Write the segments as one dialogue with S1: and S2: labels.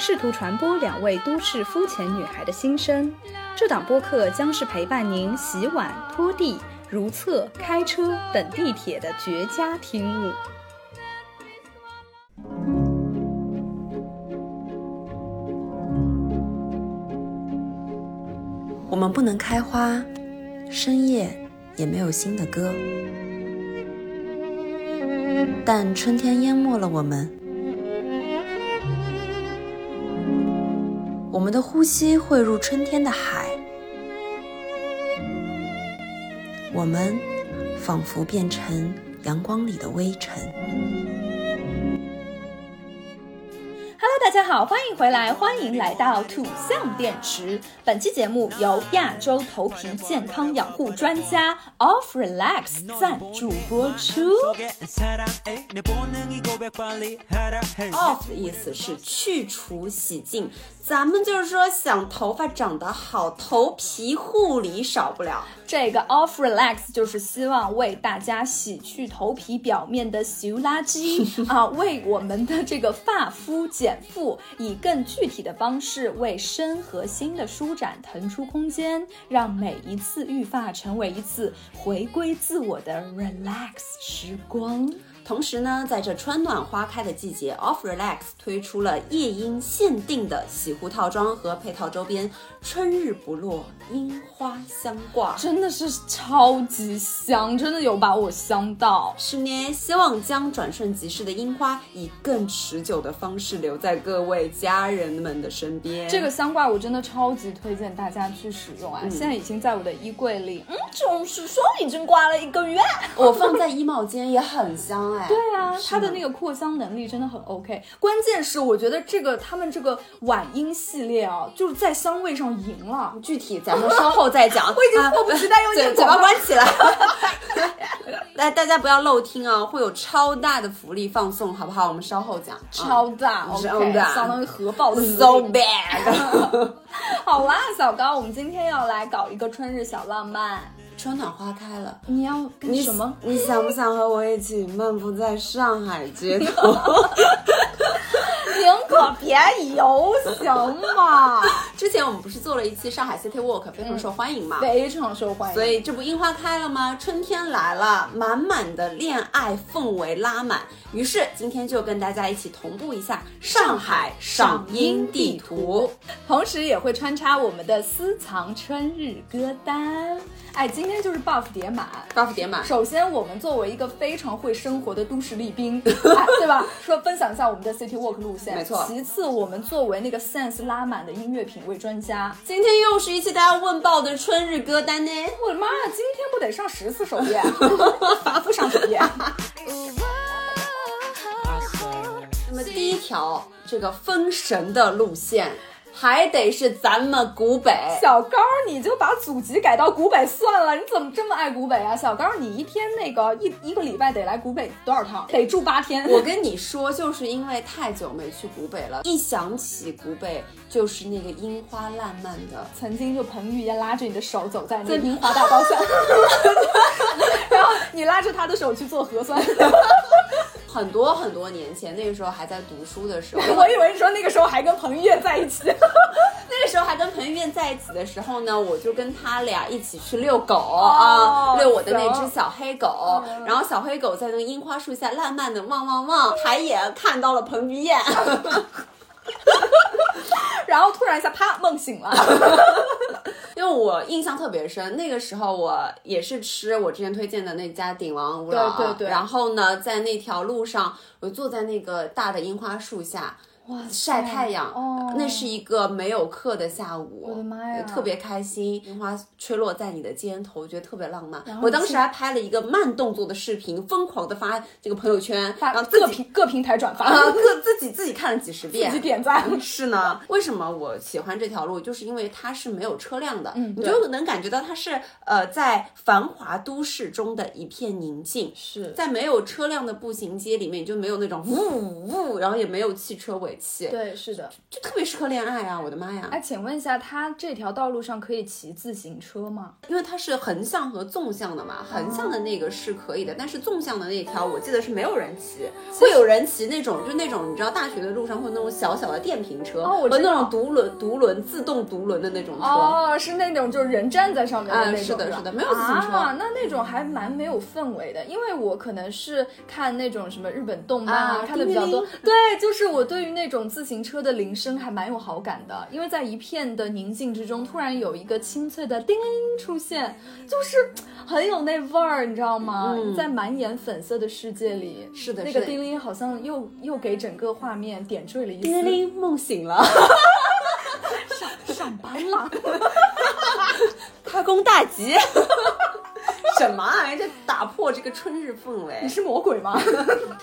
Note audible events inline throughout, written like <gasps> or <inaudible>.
S1: 试图传播两位都市肤浅女孩的心声。这档播客将是陪伴您洗碗、拖地、如厕、开车、等地铁的绝佳听物。
S2: 我们不能开花，深夜也没有新的歌。但春天淹没了我们，我们的呼吸汇入春天的海，我们仿佛变成阳光里的微尘。
S1: Hello，大家好，欢迎回来，欢迎来到土象电池。本期节目由亚洲头皮健康养护专家 Off Relax 赞助播出。
S2: off 的哦意思是去除、洗净，咱们就是说想头发长得好，头皮护理少不了。
S1: 这个 Off Relax 就是希望为大家洗去头皮表面的油垃 <laughs> 圾啊，为我们的这个发肤减负，以更具体的方式为身和心的舒展腾出空间，让每一次育发成为一次回归自我的 relax 时光。
S2: 同时呢，在这春暖花开的季节，Off Relax 推出了夜莺限定的洗护套装和配套周边，春日不落，樱花相挂。
S1: 真的是超级香，真的有把我香到。
S2: 是呢，希望将转瞬即逝的樱花以更持久的方式留在各位家人们的身边。
S1: 这个香挂我真的超级推荐大家去使用啊！现在已经在我的衣柜里，嗯，这种是说已经挂了一个月。
S2: 我放在衣帽间也很香哎。
S1: 对啊，它的那个扩香能力真的很 OK。关键是我觉得这个他们这个晚樱系列啊，就是在香味上赢了。
S2: 具体咱们稍后再 <laughs> 讲。
S1: 我已经迫不及待要
S2: 嘴
S1: 念
S2: 嘴
S1: 广告
S2: 巴关起来。 <laughs> 大大家不要漏听啊，会有超大的福利放送，好不好？我们稍后讲。
S1: 超大
S2: 嗯
S1: ，OK，
S2: 超大
S1: 相当于核爆的
S2: so bad。 <laughs>
S1: 好啦，小高，我们今天要来搞一个春日小浪漫。
S2: 春暖花开了，
S1: 你要跟
S2: 你
S1: 什 <laughs> 么？？
S2: 你想不想和我一起漫步在上海街头？
S1: 您可别游行嘛，
S2: <laughs> 之前我们不是做了一期上海 City Walk，非常受欢迎嘛？。
S1: <laughs> 非常受欢迎。
S2: 所以这不樱花开了吗？春天来了，满满的恋爱氛围拉满。于是今天就跟大家一起同步一下上海赏樱地图。
S1: 同时也会穿插我们的私藏春日歌单。哎，今天就是 buff 叠满。
S2: buff 点满，
S1: 首先，我们作为一个非常会生活的都市丽
S2: <laughs>
S1: 兵，哎、对吧？说分享一下我们的 city walk 路线，
S2: 没错
S1: 其次，我们作为那个 sense 拉满的音乐品味专家，
S2: 今天又是一期大家问爆的春日歌单呢。
S1: 我的妈呀，今天不得上十次首 <laughs> 页，反复上首页。
S2: 那么第一条，这个封神的路线，还得是咱们古北。
S1: 小高，你就把祖籍改到古北算了，你怎么这么爱古北啊？小高，你一天那个一一个礼拜得来古北多少趟？得住八天。
S2: 我跟你说，就是因为太久没去古北了，一想起古北，就是那个樱花烂漫的
S1: 曾经就彭于晏拉着你的手走在那
S2: 在
S1: 个樱花大道上， <laughs> 然后你拉着他的手去做核 <laughs> 酸。
S2: 很多很多年前，那个时候还在读书的时候，
S1: 我以为你说那个时候还跟彭于晏在一 <laughs> 起，
S2: 那个时候还跟彭于晏在一起的时候呢，我就跟他俩一起去遛狗、啊，遛我的那只小黑狗，然后小黑狗在那个樱花树下烂漫的汪汪汪，抬眼看到了彭于晏，
S1: 然后突然一下啪梦醒了。
S2: 因为我印象特别深，那个时候我也是吃我之前推荐的那家鼎王乌拉啊，
S1: 对对对
S2: 然后呢，在那条路上，我坐在那个大的樱花树下。
S1: 哇塞，
S2: 晒太阳，
S1: 哦
S2: 那是一个没有课的下午，
S1: 我的妈呀
S2: 特别开心，樱花吹落在你的肩头，我觉得特别浪漫
S1: 然。后
S2: 我当
S1: 是
S2: 时还拍了一个慢动作的视频，疯狂的发这个朋友圈，
S1: 发
S2: 然后自
S1: 各
S2: 己
S1: 平各平台转发，
S2: 啊各自己自己看了几十遍，
S1: 自己点赞。
S2: 是呢，为什么我喜欢这条路？就是因为它是没有车辆的，
S1: 嗯
S2: 你
S1: 对
S2: 就能感觉到它是呃在繁华都市中的一片宁静。
S1: 是
S2: 在没有车辆的步行街里面，你就没有那种呜呜，然后也没有汽车尾气，
S1: 对，是的。
S2: 就特别适合恋爱啊！我的妈呀
S1: 哎，，请问一下，它这条道路上可以骑自行车吗？
S2: 因为它是横向和纵向的嘛，横向的那个是可以的，但是纵向的那条我记得是没有人骑，会有人骑那种，就那种你知道大学的路上会有那种小小的电瓶车，
S1: 哦我
S2: 和
S1: 知道
S2: 那种独轮独轮自动独轮的那种车，
S1: 哦，是那种就是人站在上面的那
S2: 嗯
S1: 种，
S2: 是的
S1: 吧
S2: 是的没有自行车
S1: 啊，那那种还蛮没有氛围的，因为我可能是看那种什么日本动漫
S2: 啊
S1: 看的比较多
S2: 叮铃，
S1: 对，就是我对于那种自行车的铃声还蛮有好感的，因为在一片的宁静之中，突然有一个清脆的叮铃出现，就是很有那味儿，你知道吗？
S2: 嗯
S1: 在满眼粉色的世界里，
S2: 是的
S1: 那
S2: 是
S1: 个
S2: 的
S1: 叮铃好像又又给整个画面点缀了一
S2: 叮铃
S1: 丝
S2: 铃梦醒了，
S1: 上班啦。
S2: 开工大吉。什么啊！这打破这个春日氛围
S1: 你。是魔鬼吗？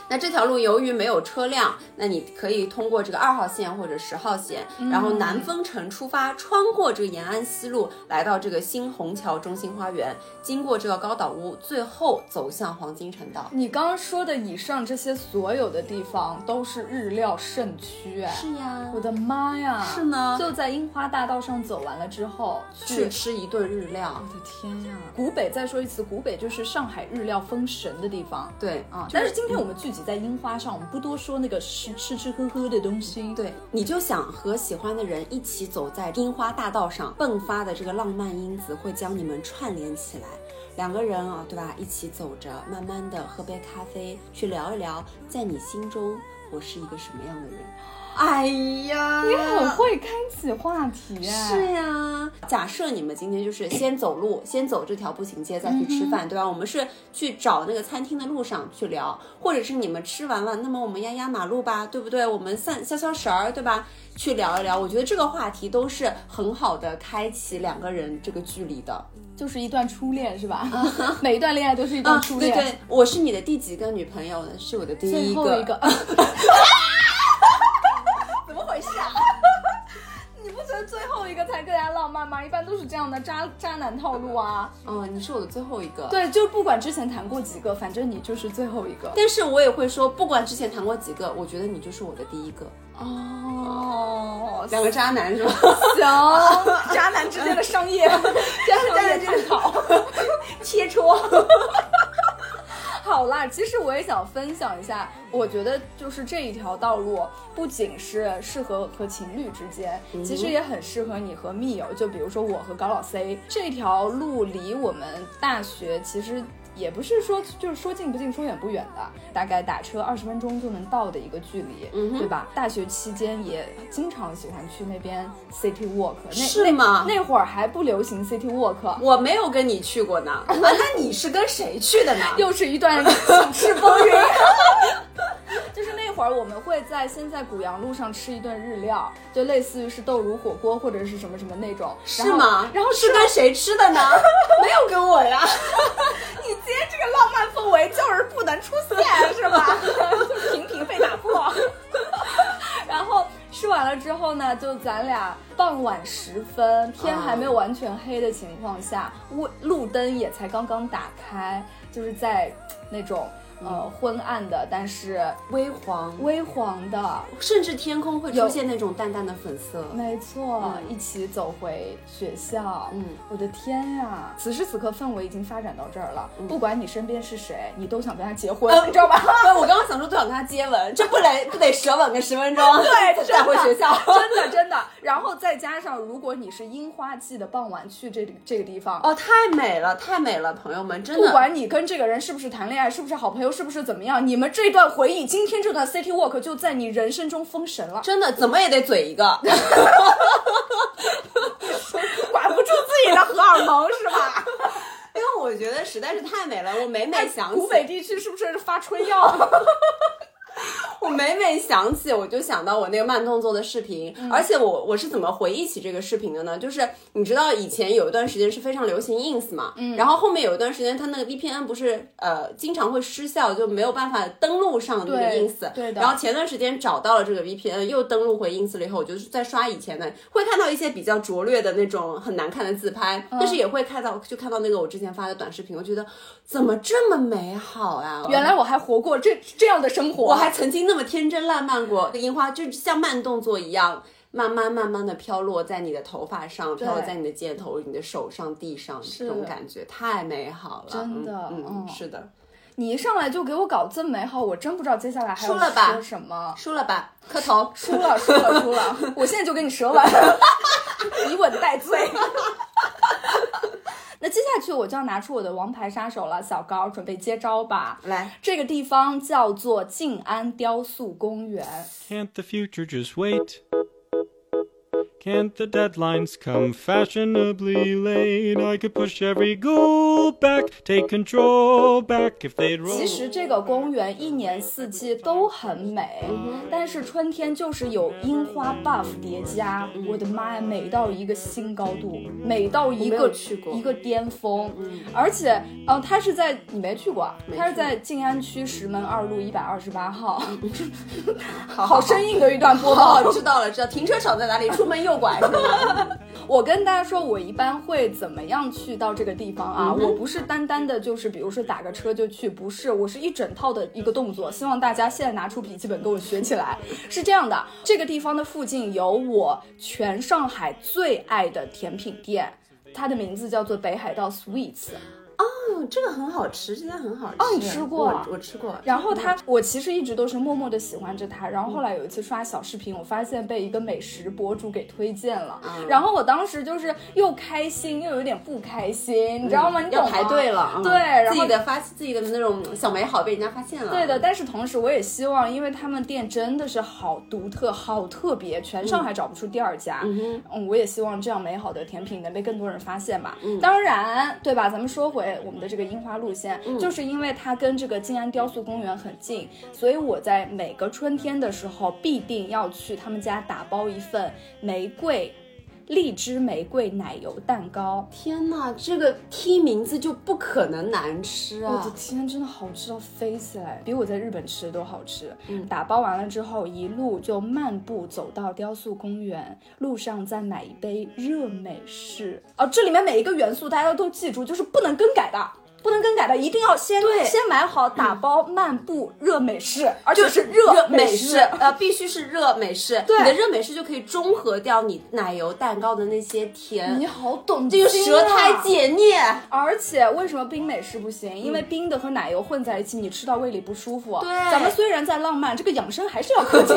S2: 那这条路由于没有车辆，那你可以通过这个二号线或者十号线，然后南丰城出发，穿过这个延安西路，来到这个新虹桥中心花园，经过这个高岛屋，最后走向黄金城道。
S1: 你刚刚说的以上这些所有的地方都是日料盛区，哎，
S2: 呀
S1: 我的妈呀！
S2: 是呢
S1: 就在樱花大道上走完了之后，
S2: 去
S1: 去，
S2: 吃一顿日料
S1: 我。的天呀！古北再说一次，古北就是上海日料封神的地方。
S2: 对
S1: 啊，
S2: 就
S1: 但是今天我们聚集在樱花上，我们不多说那个吃吃吃喝喝的东西。，
S2: 对，你就想和喜欢的人一起走在樱花大道上，迸发的这个浪漫因子会将你们串联起来。两个人啊，对吧？一起走着，慢慢的喝杯咖啡，去聊一聊，在你心中我是一个什么样的人？哎呀，
S1: 你很会开启话题，哎
S2: 是呀、假设你们今天就是先走路， <coughs> 先走这条步行
S1: 嗯
S2: 街，再去吃饭，对吧？我们是去找那个餐厅的路上去聊，或者是你们吃完了，那么我们压压马路吧，对不对？我们散消消食儿，对吧？去聊一聊，我觉得这个话题都是很好的开启两个人这个距离的。
S1: 就是一段初恋是吧？ <laughs> 每一段恋爱都是一段初
S2: 啊对
S1: 恋。
S2: 对，我是你的第几个女朋友呢？是我的第
S1: 最
S2: 一
S1: 后
S2: 个。
S1: 一个， <laughs> 怎么回事啊？你不觉得最后一个才更加浪漫吗？一般都是这样的渣渣男套路啊。
S2: 嗯，你是我的最后一个。。
S1: 对，就不管之前谈过几个，反正你就是最后一个。
S2: 但是我也会说，不管之前谈过几个，我觉得你就是我的第一个。
S1: <laughs> 哦，
S2: 两个渣男是吧？
S1: 行，渣男之间的商 <laughs> 业，渣男之间的好切磋。 <laughs> 好啦，其实我也想分享一下，我觉得就是这一条道路不仅是适合和情侣之间，
S2: 嗯
S1: 其实也很适合你和密友。就比如说我和高老 C 这条路离我们大学其实。也不是说就是说近不近说远不远的，大概打车二十分钟就能到的一个距离，
S2: 嗯哼
S1: 对吧？大学期间也经常喜欢去那边 City Walk，那
S2: 是吗
S1: 那那会儿还不流行 City Walk，
S2: 我没有跟你去过
S1: <laughs>
S2: 呢，啊，那你是跟谁去的呢？
S1: 又是一段醒世风云。 <laughs> 就是那会儿，我们会在先在古阳路上吃一顿日料，就类似于是豆乳火锅或者是什么什么那种，
S2: 是吗？
S1: 然后然后
S2: 是跟谁吃的呢？没有跟我呀。
S1: <laughs> 你今天这个浪漫氛围就是不能出现，是吧？ <laughs> 就是频频被打破。然后吃完了之后呢，就咱俩傍晚时分，天还没有完全黑的情况下，路路灯也才刚刚打开，就是在那种呃昏暗的，但是
S2: <laughs> 微黄，
S1: 微黄的。
S2: 甚至天空会出现那种淡淡的粉色。 <laughs>
S1: 没错，一起走回学校。
S2: 嗯
S1: 我的天呀、此时此刻氛围已经发展到这儿了，
S2: 嗯
S1: 不管你身边是谁，你都想跟他结婚，你知道
S2: <laughs>
S1: 吧？
S2: 不，我刚刚想说，都想跟他接吻，这不得不得舌吻个十分钟，对，再回学校。
S1: 真的真的。然后再加上，如果你是樱花季的傍晚去这里这个地方，
S2: <laughs> 哦，太美了，太美了，朋友们，真
S1: 不
S2: 的。
S1: 管你跟这个人是不是谈恋爱，是不是好朋友，是不是怎么样，你们这段回忆，今天这段 City Walk 就在你人生中封神了，
S2: 真的怎么也得嘴一个，
S1: <laughs> 管不住自己的荷尔蒙是吧？
S2: <laughs> 因为我觉得实在是太美了。我每每想起， <laughs>
S1: 湖北地区是不是发春药？
S2: 我每每每想起，我就想到我那个慢动作的视频，
S1: 嗯
S2: 而且我我是怎么回忆起这个视频的呢？就是你知道以前有一段时间是非常流行 ins 嘛，
S1: 嗯
S2: 然后后面有一段时间它那个 VPN 不是呃经常会失效，就没有办法登录上那个
S1: 对
S2: ins，
S1: 对的
S2: 然后前段时间找到了这个 VPN，又登录回 ins 了以后，我就在刷以前的，会看到一些比较拙劣的那种很难看的自拍，
S1: 嗯
S2: 但是也会看到就看到那个我之前发的短视频，我觉得怎么这么美好啊！
S1: 原来我还活过这这样的生活，
S2: 我还曾经那么天真烂漫过，樱花就像慢动作一样，慢慢慢慢的飘落在你的头发上，
S1: 对
S2: 飘落在你的肩头、你的手上、地上，这种感觉太美好了，
S1: 真的
S2: 嗯，
S1: 嗯
S2: 嗯是的，
S1: 你一上来就给我搞这么美好，我真不知道接下来还要
S2: 输了吧
S1: 说什么。
S2: 输了吧，磕 <laughs> 头，
S1: 输了，输了，输
S2: <laughs>
S1: 了！ <laughs> 我现在就给你折完，以吻代罪。 <laughs> 那接下去我就要拿出我的王牌杀手了，小高，准备接招吧。
S2: 来，
S1: 这个地方叫做静安雕塑公园，
S3: Can't the future just wait? Can't the deadlines come fashionably late? I could push every goal back, take control back if they'd roll.
S1: 其实这个公园一年四季都很美，
S2: 嗯
S1: 但是春天就是有樱花 buff 叠加，
S2: 嗯
S1: 我的妈呀，美到一个新高度，美到一
S2: 我
S1: 个
S2: 没有去过嗯
S1: 一个巅峰。而且，呃，它是在你没去过啊，
S2: 没去过
S1: 它是在静安区石门二路一百二十八号，
S2: <laughs>
S1: <laughs>
S2: 好
S1: 好生硬的一段
S2: 哦
S1: 播报。
S2: 好，知道了，知道，停车场在哪里？出门右拐是吗？
S1: 我跟大家说，我一般会怎么样去到这个地方啊？我不是单单的，就是比如说打个车就去，不是，我是一整套的一个动作。希望大家现在拿出笔记本跟我学起来。是这样的，这个地方的附近有我全上海最爱的甜品店。它的名字叫做北海道 Sweets，
S2: <laughs> 嗯，这个很好吃，现在很好吃。
S1: 哦你吃过啊
S2: 我我吃过。
S1: 然后它，我其实一直都是默默的喜欢着它。然后后来有一次刷小视频，我发现被一个美食博主给推荐了。
S2: 啊
S1: 然后我当时就是又开心又有点不开心，你知道吗？你懂
S2: 要
S1: 吗
S2: 排队了，嗯
S1: 对，然
S2: 自己
S1: 后。
S2: 的发自己的那种小美好被人家发现了，
S1: 对的，但是同时我也希望，因为他们店真的是好独特、好特别，全上海找不出第二家。嗯我也希望这样美好的甜品能被更多人发现吧。当然，对吧？咱们说回我们的这个樱花路线，就是因为它跟这个静安雕塑公园很近，所以我在每个春天的时候必定要去他们家打包一份玫瑰。荔枝玫瑰奶油蛋糕，
S2: 天哪，这个听名字就不可能难吃
S1: 我的
S2: 啊！
S1: 天，真的好吃到飞起来，比我在日本吃的都好吃。
S2: 嗯
S1: 打包完了之后，一路就漫步走到雕塑公园，路上再买一杯热美式。哦，这里面每一个元素大家都记住，就是不能更改的。不能更改的，一定要先
S2: 对
S1: 先买好打包漫步热美式，而且是热
S2: 美
S1: 式。
S2: 呃，必须是热美式。
S1: 对
S2: 你的热美式就可以中和掉你奶油蛋糕的那些甜，
S1: 你好懂
S2: 这个
S1: 经
S2: 舌苔
S1: 嗯啊
S2: 解腻。
S1: 而且为什么冰美式不行？因为冰的和奶油混在一起，你吃到胃里不舒服。
S2: 嗯对
S1: 咱们虽然在浪漫，这个养生还是要氪
S2: <laughs>
S1: 金，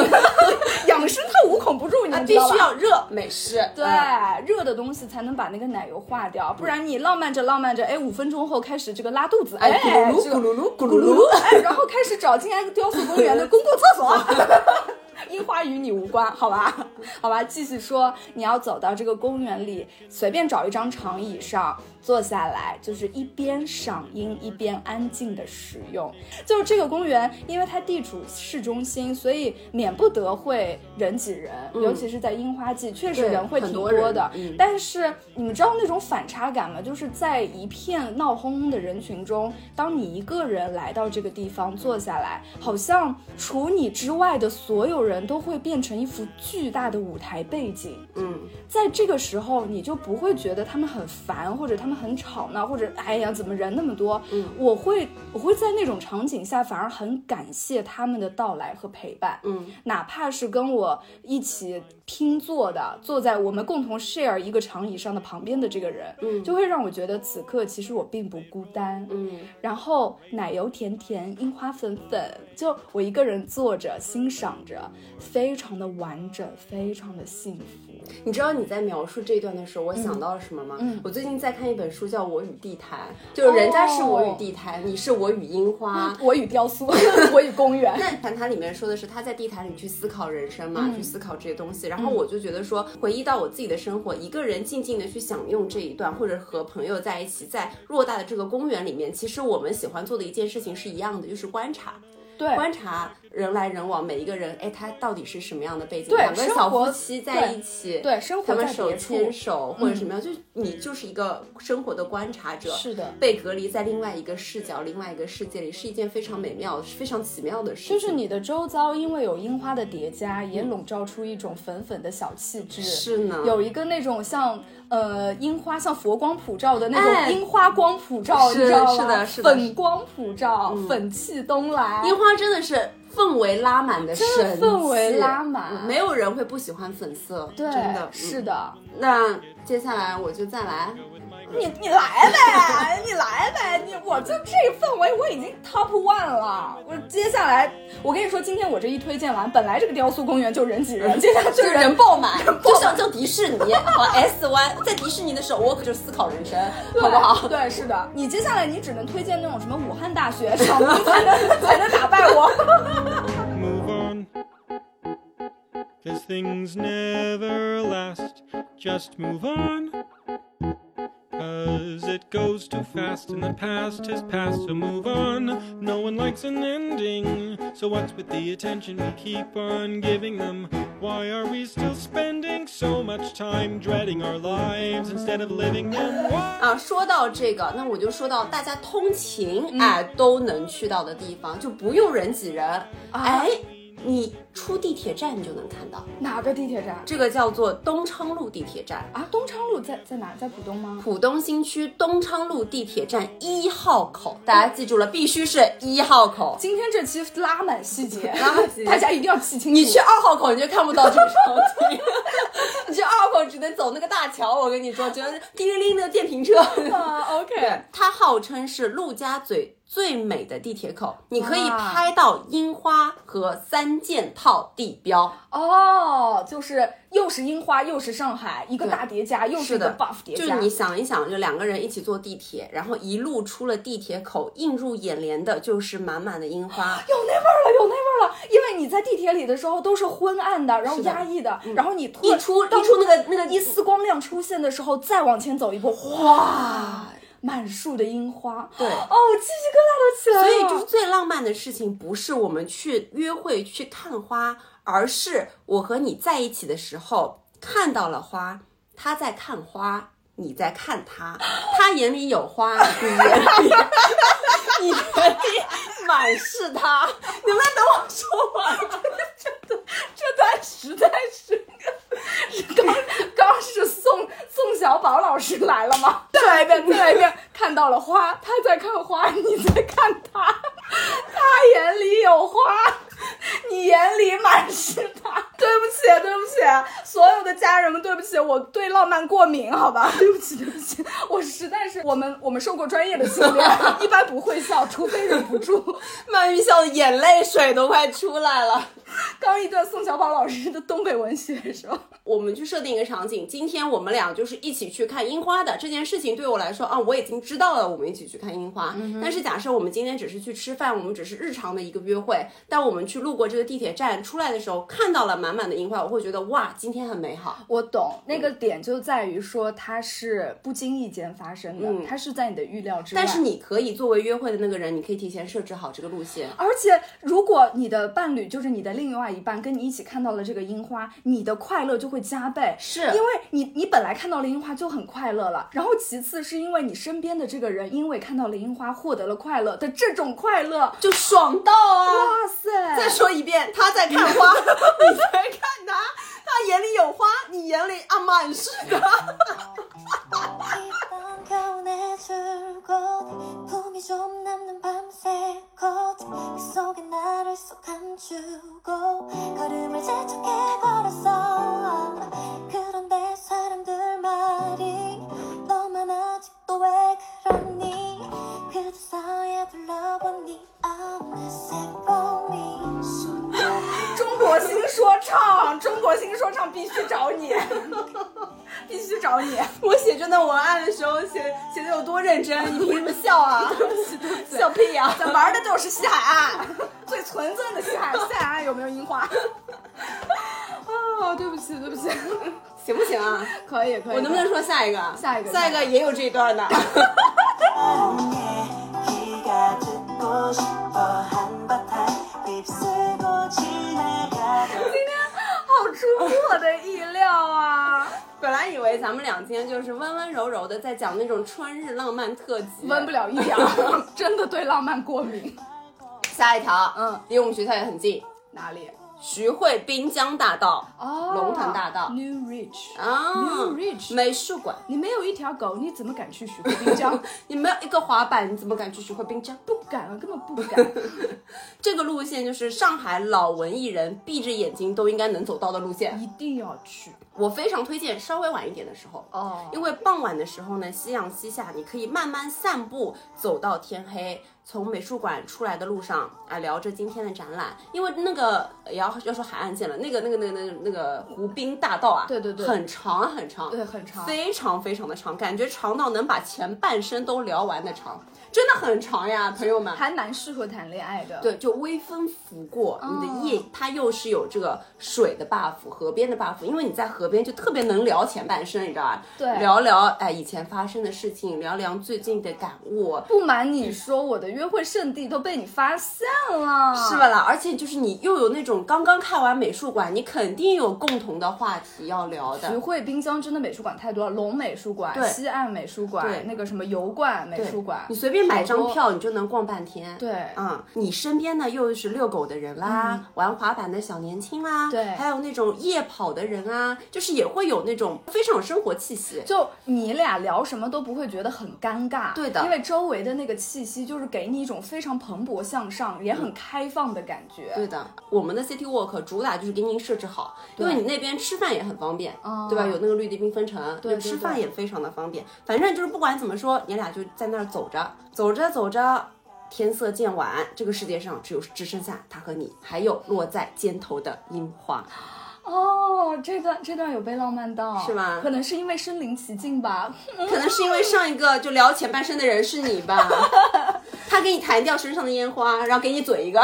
S1: 养生它无孔不入，你
S2: 啊，
S1: 们知
S2: 必
S1: 道吧
S2: 须。要热美式。
S1: 对
S2: 嗯，
S1: 热的东西才能把那个奶油化掉，不然你浪漫着浪漫着，哎，五分钟后开始这个拉肚子，哎，
S2: 咕噜
S1: 这
S2: 噜
S1: 个
S2: 咕噜噜咕
S1: 咕
S2: 噜
S1: 噜
S2: 噜。
S1: 噜，哎，然后开始找进来雕塑公园的公共厕所。
S2: <laughs>
S1: 樱花与你无关，好吧？好吧，继续说，你要走到这个公园里，随便找一张长椅上坐下来，就是一边赏樱一边安静的食用。就是这个公园，因为它地处市中心，所以免不得会人挤人，尤其是在樱花季，确实
S2: 嗯对
S1: 人会挺
S2: 很多
S1: 多的。
S2: 人嗯
S1: 但是你们知道那种反差感吗？就是在一片闹哄哄的人群中，当你一个人来到这个地方坐下来，好像除你之外的所有人都会变成一幅巨大的舞台背景。
S2: 嗯，
S1: 在这个时候，你就不会觉得他们很烦，或者他们很吵闹，或者哎呀，怎么人那么多？嗯，我会我会在那种场景下，反而很感谢他们的到来和陪伴。嗯，哪怕是跟我一起拼坐的，坐在我们共同 share 一个长椅上的旁边的这个人，嗯，就会让我觉得此刻其实我并不孤单。嗯，然后奶油甜甜，樱花粉粉，就我一个人坐着欣赏着，非常的完整，非常的幸福。
S2: 你知道你在描述这段的时候，我想
S1: 嗯
S2: 到了什么吗？我最近在看一本书，叫《我与地坛》，
S1: 哦
S2: 就是人家是我与地坛，你是我与樱花。
S1: 我与雕塑， <laughs> 我与公园。
S2: 但凡它里面说的是他在地坛里去思考人生嘛，
S1: 嗯
S2: 去思考这些东西，然后我就觉得说，回忆到我自己的生活，一个人静静的去享用这一段，或者和朋友在一起，在偌大的这个公园里面，其实我们喜欢做的一件事情是一样的，就是观察。
S1: 对
S2: 观察人来人往，每一个人，哎，他到底是什么样的背景？
S1: 对
S2: 两个
S1: 生
S2: 小
S1: 活
S2: 夫妻在一起，
S1: 对生活
S2: 他们
S1: 在
S2: 手
S1: 别处嗯
S2: 牵手或者什么样，就你就是一个生活的观察者，
S1: 是的
S2: 被隔离在另外一个视角、另外一个世界里，是一件非常美妙、非常奇妙的事情。
S1: 就是你的周遭，因为有樱花的叠加，也笼罩出一种粉粉的小气质。
S2: 嗯是呢
S1: 有一个那种像呃樱花像佛光普照的那
S2: 哎
S1: 种樱花光普照，
S2: 是
S1: 你知道吗？
S2: 是的是的嗯
S1: 粉光普照，粉气东来。
S2: 樱花真的是氛围拉满的神器，
S1: 真的氛围拉满
S2: 嗯没有人会不喜欢粉色，
S1: 对，
S2: 真的
S1: 是
S2: 嗯
S1: 的，
S2: 那接下来我就再来，
S1: 你你来呗，你来呗，你我就这氛围我已经 top one 了。我接下来我跟你说，今天我这一推荐完，本来这个雕塑公园就人挤人， <laughs> 接下来
S2: 就是人爆满，就像就迪士尼和 <laughs> S Y，在迪士尼的时候，我可就思考人生，
S1: 对
S2: 好不好？
S1: 对，是的。你接下来你只能推荐那种什么武汉大学什么才 <laughs> 能才能打败我。
S3: move on. Cause things never last, just move on. Cause it goes too fast, and the past is past, so move on. No one likes an ending, so what's with the attention we keep on giving them? Why are we still spending so much time dreading our lives instead of living them? Why?
S2: 啊，说到这个，那我就说到大家通勤
S4: 嗯
S2: 哎、都能去到的地方，就不用人挤人，
S4: 啊
S2: 哎，你出地铁站你就能看到，
S1: 哪个地铁站？
S2: 这个叫做东昌路地铁站。
S1: 啊，东昌路在在哪？在浦东吗？
S2: 浦东新区东昌路地铁站一号口，大家记住了，必须是一号口。
S1: 今天这期拉满细节，
S2: 拉满细节
S1: 大家一定要记清楚。
S2: 你去
S1: <laughs>
S2: 二号哦口，你就看不到这个场景。 <laughs> 你去二号口只能走那个大桥，我跟你说，觉得叮铃铃的电瓶车。
S1: 啊，OK
S2: 对。，它号称是陆家嘴最美的地铁口，你可以
S1: 哇
S2: 拍到樱花和三件套地标。
S1: 哦，就是又是樱花，又是上海，一个
S2: 对
S1: 大叠加，又是一个
S2: 的
S1: buff 叠加。
S2: 就是你想一想，就两个人一起坐地铁，然后一路出了地铁口，映入眼帘的就是满满的樱花。
S1: 有那味儿了，有那味儿了，因为你在地铁里的时候都是昏暗的，然后
S2: 是的嗯
S1: 压抑的，然后你突
S2: 一出
S1: 当
S2: 一出那个那个
S1: 一丝光亮出现的时候，再往前走一步，哇，满树的樱花，<laughs>
S2: 对
S1: 哦，鸡皮疙瘩都起来
S2: 所
S1: 了，
S2: 以，就是最浪漫的事情，不是我们去约会去看花，而是我和你在一起的时候哦看到了花，他在看花，你在看 <gasps> 他，他眼里有花，你眼里，你眼里满是他。你们等我说完，
S1: 这段实在是。 <laughs> 刚刚是宋宋小宝老师来了吗？再来一遍，再来一遍。看到了花，他在看花，你在看他， <laughs> 他眼里有花，你眼里满是他。对不起，对不起，所有的家人们，对不起，我对浪漫过敏，好吧？对不起，对不起，我实在是我们我们受过专业的训 <laughs> 练，一般不会笑，除非忍不住。
S2: 曼玉笑的眼泪水都快出来了。
S1: 刚一段宋小宝老师的东北文学是吧？
S2: 我们去设定一个场景，今天我们俩就是一起去看樱花的这件事情，对我来说啊，我已经知道了，我们一起去看樱花。但是假设我们今天只是去吃饭，我们只是日常的一个约会，但我们去路过这个地铁站出来的时候，看到了满满的樱花，我会觉得哇，今天很美好。
S1: 我懂，那个点就在于说它是不经意间发生的，
S2: 嗯
S1: 它是在你的预料之外。
S2: 但是，你可以作为约会的那个人，你可以提前设置好这个路线。
S1: 而且如果你的伴侣就是你的另外一半，跟你一起看到了这个樱花，你的快乐就会加倍。
S2: 是
S1: 因为你你本来看到了樱花就很快乐了，然后其次是因为你身边的这个人因为看到了樱花获得了快乐的这种快乐，
S2: 就爽到啊！
S1: 哇塞！
S2: 再说一遍，他在看花，
S1: <laughs>
S2: 你在看他，他眼里有花，你眼里啊满是的。
S5: 이밤 겨운의 줄곧 품이 좀 남는 밤새 곧 속에 나를 쏙 감추고 걸음을 재촉해 걸었어 그런데 사람들 말이 너만 아직도 왜 그러니 그저서야 둘러보니 I'm sad for me
S1: 中国新说唱，中国新说唱必须找 <laughs> 你，必须找你。
S2: 我写这段文案的时候写写的有多认真，你凭什么
S1: <laughs>
S2: 笑啊？笑屁啊呀、
S1: 咱玩的就是啊西海岸，最纯正的西海西海岸有没有樱花？ <laughs> 哦，对不起，对不起，
S2: 行不行啊？
S1: 可以可以。
S2: 我能不能说下一个？
S1: 下一个
S2: 下一个也有这一段的。
S5: 때문에 귀가 듣고 싶어 한바탕 휩쓸고
S1: 我的意料 <laughs> 啊！
S2: <laughs> 本来以为咱们俩今天就是温温柔柔的在讲那种春日浪漫特辑，
S1: 温不了一点， <laughs> 真的对浪漫过敏。
S2: 下一条，
S1: 嗯
S2: 嗯，离我们学校也很近，
S1: 哪里？
S2: 徐汇滨江大道、
S1: 哦，
S2: 龙潭大道
S1: New Rich
S2: 啊
S1: 哦 New Rich
S2: 美术馆。
S1: 你没有一条狗，你怎么敢去徐汇滨江？
S2: 你没有一个滑板，你怎么敢去徐汇滨江？
S1: <laughs> 不敢啊，根本不敢。
S2: 这个路线就是上海老文艺人闭着眼睛都应该能走到的路线。
S1: 一定要去
S2: 我非常推荐稍微晚一点的时候，
S1: <laughs> 哦
S2: 因为傍晚的时候呢，夕阳西下，你可以慢慢散步，走到天黑。从美术馆出来的路上啊，聊着今天的展览，因为那个也要要说海岸线了，那个那个那个那个那个湖滨大道啊，
S1: 对对对
S2: 很长很长，
S1: 对很长
S2: 非常非常的长，感觉长到能把前半生都聊完的长，真的很长呀，朋友们。
S1: 还蛮适合谈恋爱的。，
S2: 对，就微风拂过你的
S1: 哦
S2: 夜，它又是有这个水的 buff，河边的 buff，因为你在河边就特别能聊前半生，你知道吧？
S1: 对
S2: 聊聊哎以前发生的事情，聊聊最近的感悟，
S1: 不瞒你说，我的约会圣地都被你发现了，
S2: 是吧？啦？而且就是你又有那种刚刚看完美术馆，你肯定有共同的话题要聊
S1: 徐
S2: 的。
S1: 汇滨江真的美术馆太多了，龙美术馆、
S2: 对
S1: 西岸美术馆
S2: 对、
S1: 那个什么油馆美
S2: 对
S1: 术馆，
S2: 你随便买张
S1: 好多，
S2: 票，你就能逛半天。
S1: 对
S2: 嗯，你身边呢又是遛狗的人啦，玩滑板的小年轻啦，
S1: 嗯对
S2: 还有那种夜跑的人啊，就是也会有那种非常有生活气息。
S1: 就你俩聊什么都不会觉得很尴尬，
S2: 对的
S1: 因为周围的那个气息就是给你一种非常蓬勃向上，也很开放的感觉。
S2: 对的，我们的 City Walk 主打就是给您设置好，因为
S1: 对
S2: 你那边吃饭也很方便，
S1: 哦
S2: 对吧？有那个绿地缤纷城，
S1: 对对
S2: 吃
S1: 对
S2: 饭也非常的方便。反正就是不管怎么说，你俩就在那儿走着，走着走着，天色渐晚，这个世界上只有只剩下他和你，还有落在肩头的樱花。
S1: 哦，这段这段有被浪漫到，
S2: 是吗
S1: 可能是因为身临其境吧。
S2: 可能是因为上一个就聊前半生的人是你 <laughs> 吧，他给你弹掉身上的烟花，然后给你嘴一个。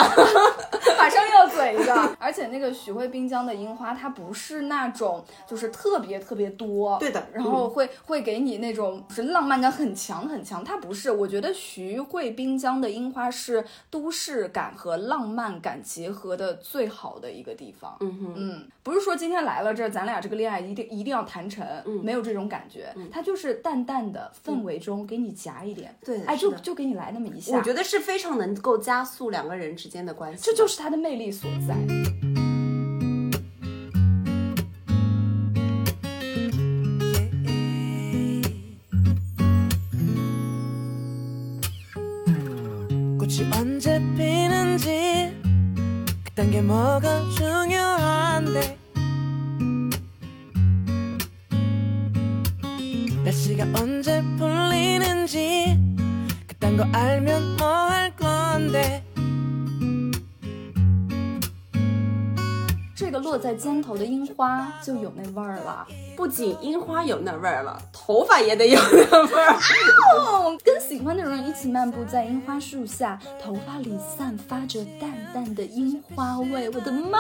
S1: 马上又要嘴一个。 <laughs> 而且那个徐汇滨江的樱花，它不是那种就是特别特别多，
S2: 对的嗯
S1: 然后会、会给你那种就是浪漫感很强很强。它不是，我觉得徐汇滨江的樱花是都市感和浪漫感结合的最好的一个地方。嗯
S2: 哼
S1: 嗯，不是说今天来了这儿，咱俩这个恋爱一定一定要谈成，
S2: 嗯
S1: 没有这种感觉，它就是淡淡的氛围中给你夹一点，
S2: 对的
S1: 哎，
S2: 是
S1: 就
S2: 的
S1: 就给你来那么一下，
S2: <laughs> 我觉得是非常能够加速两个人之间的关系的，
S1: 这就是它的魅力所在。
S6: 꽃이 언제 피는지 그딴 게 뭐가 중요한데 날씨가 언제 풀리는지 그딴 거 알면 뭐 할 건데
S1: 这个落在肩头的樱花就有那味儿了，
S2: 不仅樱花有那味儿了，头发也得有那味儿。
S1: 哦，跟喜欢的人一起漫步在樱花树下，头发里散发着淡淡的樱花味，我的妈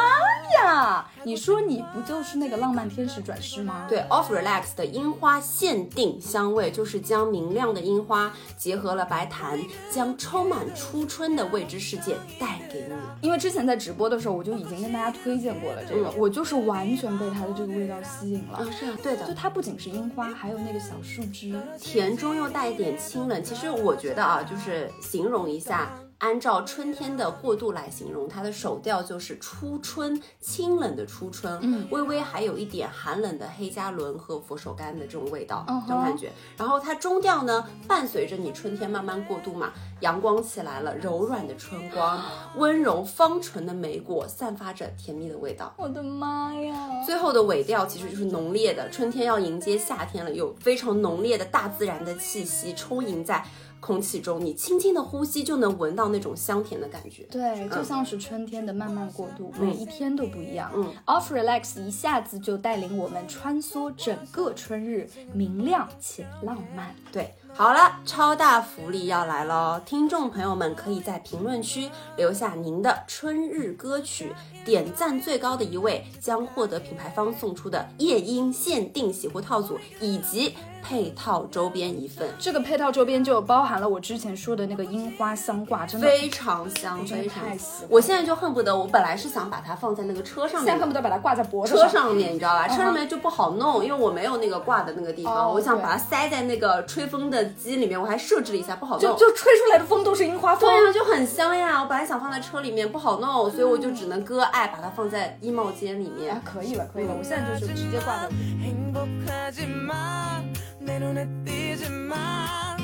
S1: 呀！你说你不就是那个浪漫天使转世吗？，
S2: <laughs> 对，Off Relax 的樱花限定香味，就是将明亮的樱花结合了白檀，将充满初春的未知世界带给你。
S1: 因为之前在直播的时候我就已经跟大家推荐过了这个，
S2: 嗯
S1: 我就是完全被它的这个味道吸引了。
S2: 是啊，对 <laughs>
S1: 就
S2: 的，
S1: 它不仅是樱花，还有那个小树枝，
S2: 甜中又带一点清冷。其实我觉得啊，就是形容一下。按照春天的过渡来形容，它的首调就是初春，清冷的初春，
S1: 嗯
S2: 微微还有一点寒冷的黑加仑和佛手柑的这种味道，
S1: 嗯
S2: 这种
S1: 哼
S2: 感觉。然后它中调呢，伴随着你春天慢慢过渡嘛，阳光起来了，柔软的春光，温柔芳醇的莓果，散发着甜蜜的味道。
S1: 我的妈呀！
S2: 最后的尾调其实就是浓烈的，春天要迎接夏天了，有非常浓烈的大自然的气息充盈在空气中，你轻轻的呼吸就能闻到那种香甜的感觉。
S1: 对，就像是春天的慢慢过渡，
S2: 嗯
S1: 每一天都不一样。
S2: 嗯
S1: Off Relax 一下子就带领我们穿梭整个春日，明亮且浪漫。
S2: 对，好了，超大福利要来喽！听众朋友们可以在评论区留下您的春日歌曲，点赞最高的一位将获得品牌方送出的夜莺限定洗护套组以及配套周边一份，
S1: 这个配套周边就包含了我之前说的那个樱花香挂，真的
S2: 非常香，
S1: 觉得
S2: 非常
S1: 太喜
S2: 香
S1: 欢！
S2: 我现在就恨不得，我本来是想把它放在那个车
S1: 现
S2: 上面
S1: 在
S2: 的，
S1: 恨不得把它挂在脖子
S2: 车上面，你知道吧？车上面就不好弄，因为我没有那个挂的那个地方，
S1: 嗯哦
S2: 我想
S1: 对
S2: 把它塞在那个吹风的机里面，我还设置了一下，不好
S1: 就
S2: 弄。
S1: 就吹出来的风都是樱花风
S2: 嗯对。啊呀、就很香呀！我本来想放在车里面，不好弄，所以我就只能割爱把它放在衣帽间里面
S1: 啊。，可以了，可以了，我现在就是直接挂在。
S6: 행복하지만 내 눈에 띄지만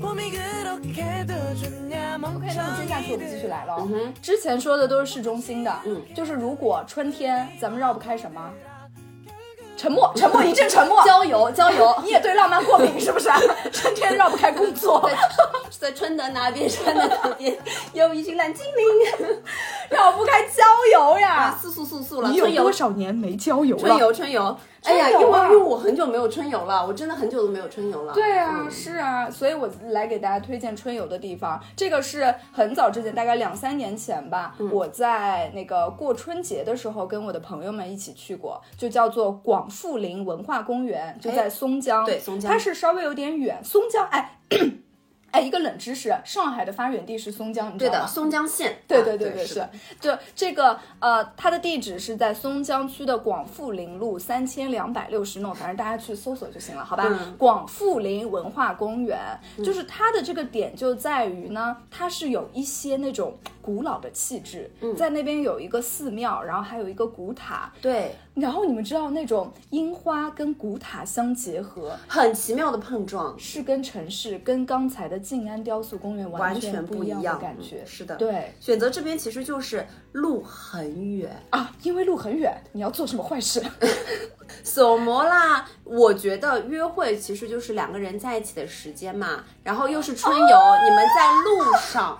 S6: 봄이 그렇게도 좋냐
S1: 可以，那么接下去我们继续
S6: 멍청이들
S1: 来了。
S2: 嗯哼
S1: 之前说的都是市中心的，
S2: 嗯
S1: 就是如果春天，咱们绕不开什么？沉默，沉默，一阵沉
S2: <laughs>
S1: 默。
S2: 郊游，郊游
S1: <laughs> 你也对浪漫过敏是不 <laughs> 是？春天绕不开工 <laughs> 作，哎
S2: 在春的那边，山的那边，有一群蓝精灵。
S1: 绕不开郊游呀。
S2: 速速速速啊了，
S1: 你有
S2: 春游
S1: 多，少年没郊游
S2: 春
S1: 了？
S2: 游，春游。哎呀，
S1: 春
S2: 因
S1: 游
S2: 为
S1: 啊
S2: 因为我很久没有春游了，我真的很久都没有春游了。
S1: 对啊，
S2: 嗯
S1: 是啊，所以我来给大家推荐春游的地方。这个是很早之前，大概两三年前吧，
S2: 嗯
S1: 我在那个过春节的时候跟我的朋友们一起去过，就叫做广富林文化公园，就在松江。
S2: 哎对松江
S1: 它是稍微有点远。松江，哎。 <coughs> 哎，一个冷知识，上海的发源地是松江，你知
S2: 对
S1: 道吗？
S2: 的，松江县。
S1: 对
S2: 啊
S1: 对对对，
S2: 是的
S1: 是，就这个呃，它的地址是在松江区的广富林路三千两百六十弄，反正大家去搜索就行了，好吧？
S2: 嗯
S1: 广富林文化公园，就是它的这个点就在于呢，它是有一些那种古老的气质，
S2: 嗯
S1: 在那边有一个寺庙，然后还有一个古塔，
S2: 对，
S1: 然后你们知道那种樱花跟古塔相结合。
S2: 很奇妙的碰撞，
S1: 是跟城市跟刚才的静安雕塑公园
S2: 完
S1: 全
S2: 全
S1: 不
S2: 一
S1: 样的
S2: 样
S1: 感觉，
S2: 嗯是的，。
S1: 对，
S2: 选择这边其实就是路很远，
S1: 啊，因为路很远，你要做什么坏
S2: <laughs>
S1: 事？
S2: 怎么啦？我觉得约会其实就是两个人在一起的时间嘛，然后又是春游，你们在路上。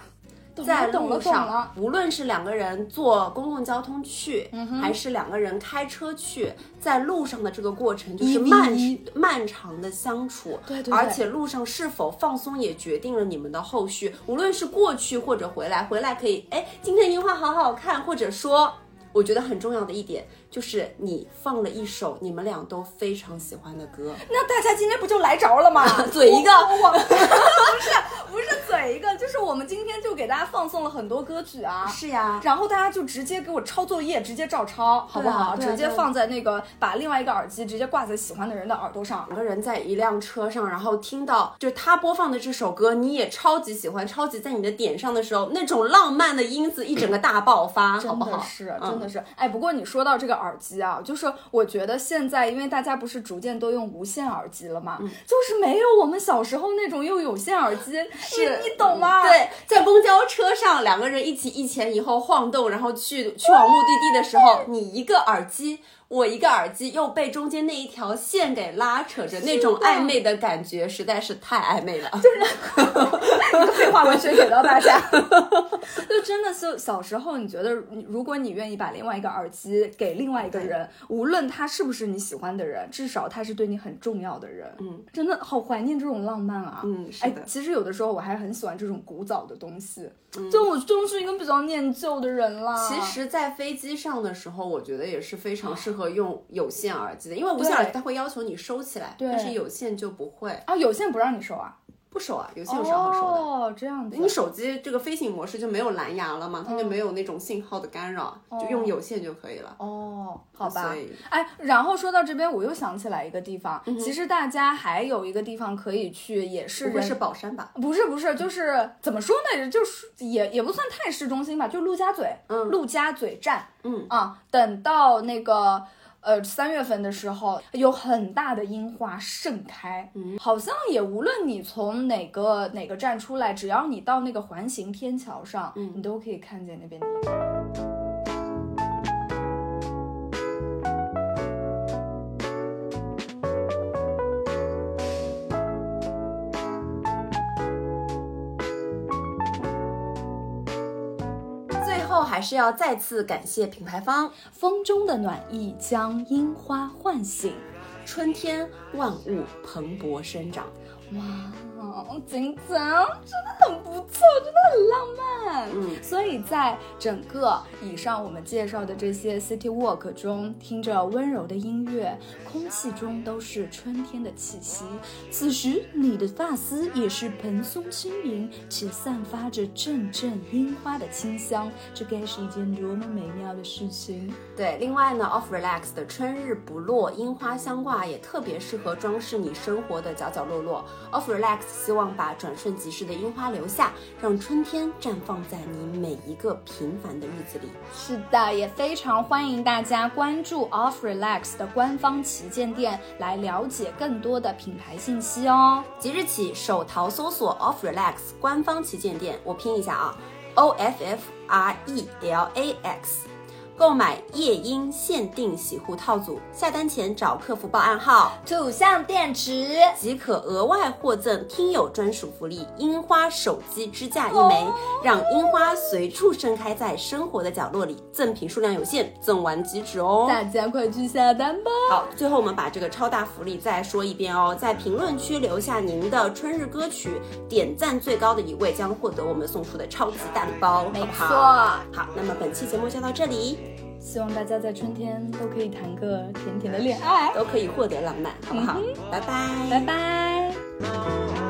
S2: 在
S1: 懂了
S2: 路
S1: 懂了嗯
S2: 上，无论是两个人坐公共交通去，还是两个人开车去，在路上的这个过程就
S1: 一
S2: 是
S1: 比
S2: 漫
S1: 一
S2: 漫长的相处，
S1: 对对对
S2: 而且路上是否放松也决定了你们的后续，无论是过去或者回来，回来可以，哎，今天樱花好好看，或者说。我觉得很重要的一点就是，你放了一首你们俩都非常喜欢的歌，
S1: 那大家今天不就来着了吗？
S2: 啊嘴一个
S1: 我我
S2: <laughs>
S1: 不是不是嘴一个，就是我们今天就给大家放送了很多歌曲啊。
S2: 是呀，
S1: 然后大家就直接给我抄作业，直接照抄，好不好？
S2: 对啊
S1: 直接
S2: 对啊
S1: 放在那个，把另外一个耳机直接挂在喜欢的人的耳朵上
S2: 两。个人在一辆车上，然后听到就是他播放的这首歌，你也超级喜欢，超级在你的点上的时候，那种浪漫的因子一整个大爆发，好
S1: <laughs> 真
S2: 不
S1: 的
S2: 好？
S1: 是，
S2: 嗯
S1: 真的是，哎，不过你说到这个耳机啊，就是我觉得现在，因为大家不是逐渐都用无线耳机了
S2: 嗯
S1: 嘛，就是没有我们小时候那种用有线耳机，
S2: <laughs> 是
S1: 你你懂吗？
S2: 对，在公交车上，两个人一起一前一后晃动，然后去去往目的地的时候，你一个耳机，我一个耳机，又被中间那一条线给拉扯着，那种暧昧的感觉实在是太暧昧了。 <laughs>
S1: 废话文学给到大家， <laughs> 就真的是小时候，你觉得你如果你愿意把另外一个耳机给另外一个人，无论他是不是你喜欢的人，至少他是对你很重要的人。嗯，真的好怀念这种浪漫啊。
S2: 嗯是
S1: 哎
S2: 的，
S1: 其实有的时候我还很喜欢这种古早的东西，就我就是一个比较念旧的人啦。
S2: 嗯其实，在飞机上的时候，我觉得也是非常适合用有线耳机的，因为无线耳机它会要求你收起来，
S1: 对
S2: 但是有线就不会，
S1: 啊，有线不让你收啊。
S2: 不收啊，有线有啥好收的？
S1: 哦，这样子。
S2: 你手机这个飞行模式就没有蓝牙了
S1: 哦
S2: 嘛，它就没有那种信号的干扰，就用有线就可以了。
S1: 哦，好吧
S2: 所以，
S1: 哎，然后说到这边，我又想起来一个地方，
S2: 嗯
S1: 其实大家还有一个地方可以去，也是
S2: 不会
S1: 人
S2: 是宝山吧？
S1: 不是不是，就是怎么说呢？就是也也不算太市中心吧，就陆家嘴，
S2: 嗯
S1: 陆家嘴站，
S2: 嗯
S1: 啊，等到那个呃三月份的时候，有很大的樱花盛开，嗯，好像也无论你从哪个哪个站出来，只要你到那个环形天桥上，嗯，你都可以看见那边的樱花。
S2: 最后还是要再次感谢品牌方，
S1: 风中的暖意将樱花唤醒，
S2: 春天万物蓬勃生长。
S1: 哦，锦锦真的很不错，真的很浪漫。
S2: 嗯
S1: 所以在整个以上我们介绍的这些 city walk 中，听着温柔的音乐，空气中都是春天的气息。此时，你的发丝也是蓬松轻盈，且散发着阵阵樱花的清香。这该是一件多么美妙的事情！
S2: 对，另外呢，Off Relax 的春日不落樱花相挂也特别适合装饰你生活的角角落落。Off Relax 希望把转瞬即逝的樱花留下，让春天绽放在你每一个平凡的日子里。
S1: 是的，也非常欢迎大家关注 Off Relax 的官方旗舰店，来了解更多的品牌信息哦。
S2: 即日起，手淘搜索 Off Relax 官方旗舰店，我拼一下啊，O F F R E L A X，购买夜莺限定洗护套组，下单前找客服报暗号。
S1: 土象电池，
S2: 即可额外获赠听友专属福利——樱花手机支架一枚，
S1: 哦
S2: 让樱花随处盛开在生活的角落里。赠品数量有限，赠完即止哦。
S1: 大家快去下单吧！
S2: 好，最后我们把这个超大福利再说一遍哦，在评论区留下您的春日歌曲，点赞最高的一位将获得我们送出的超级大礼包，
S1: 没
S2: 好不好
S1: 错
S2: 好，那么本期节目就到这里，
S1: 希望大家在春天都可以谈个甜甜的恋爱。嗯
S2: 都可以获得浪漫，好不好？拜拜，
S1: 拜拜。
S6: Oh.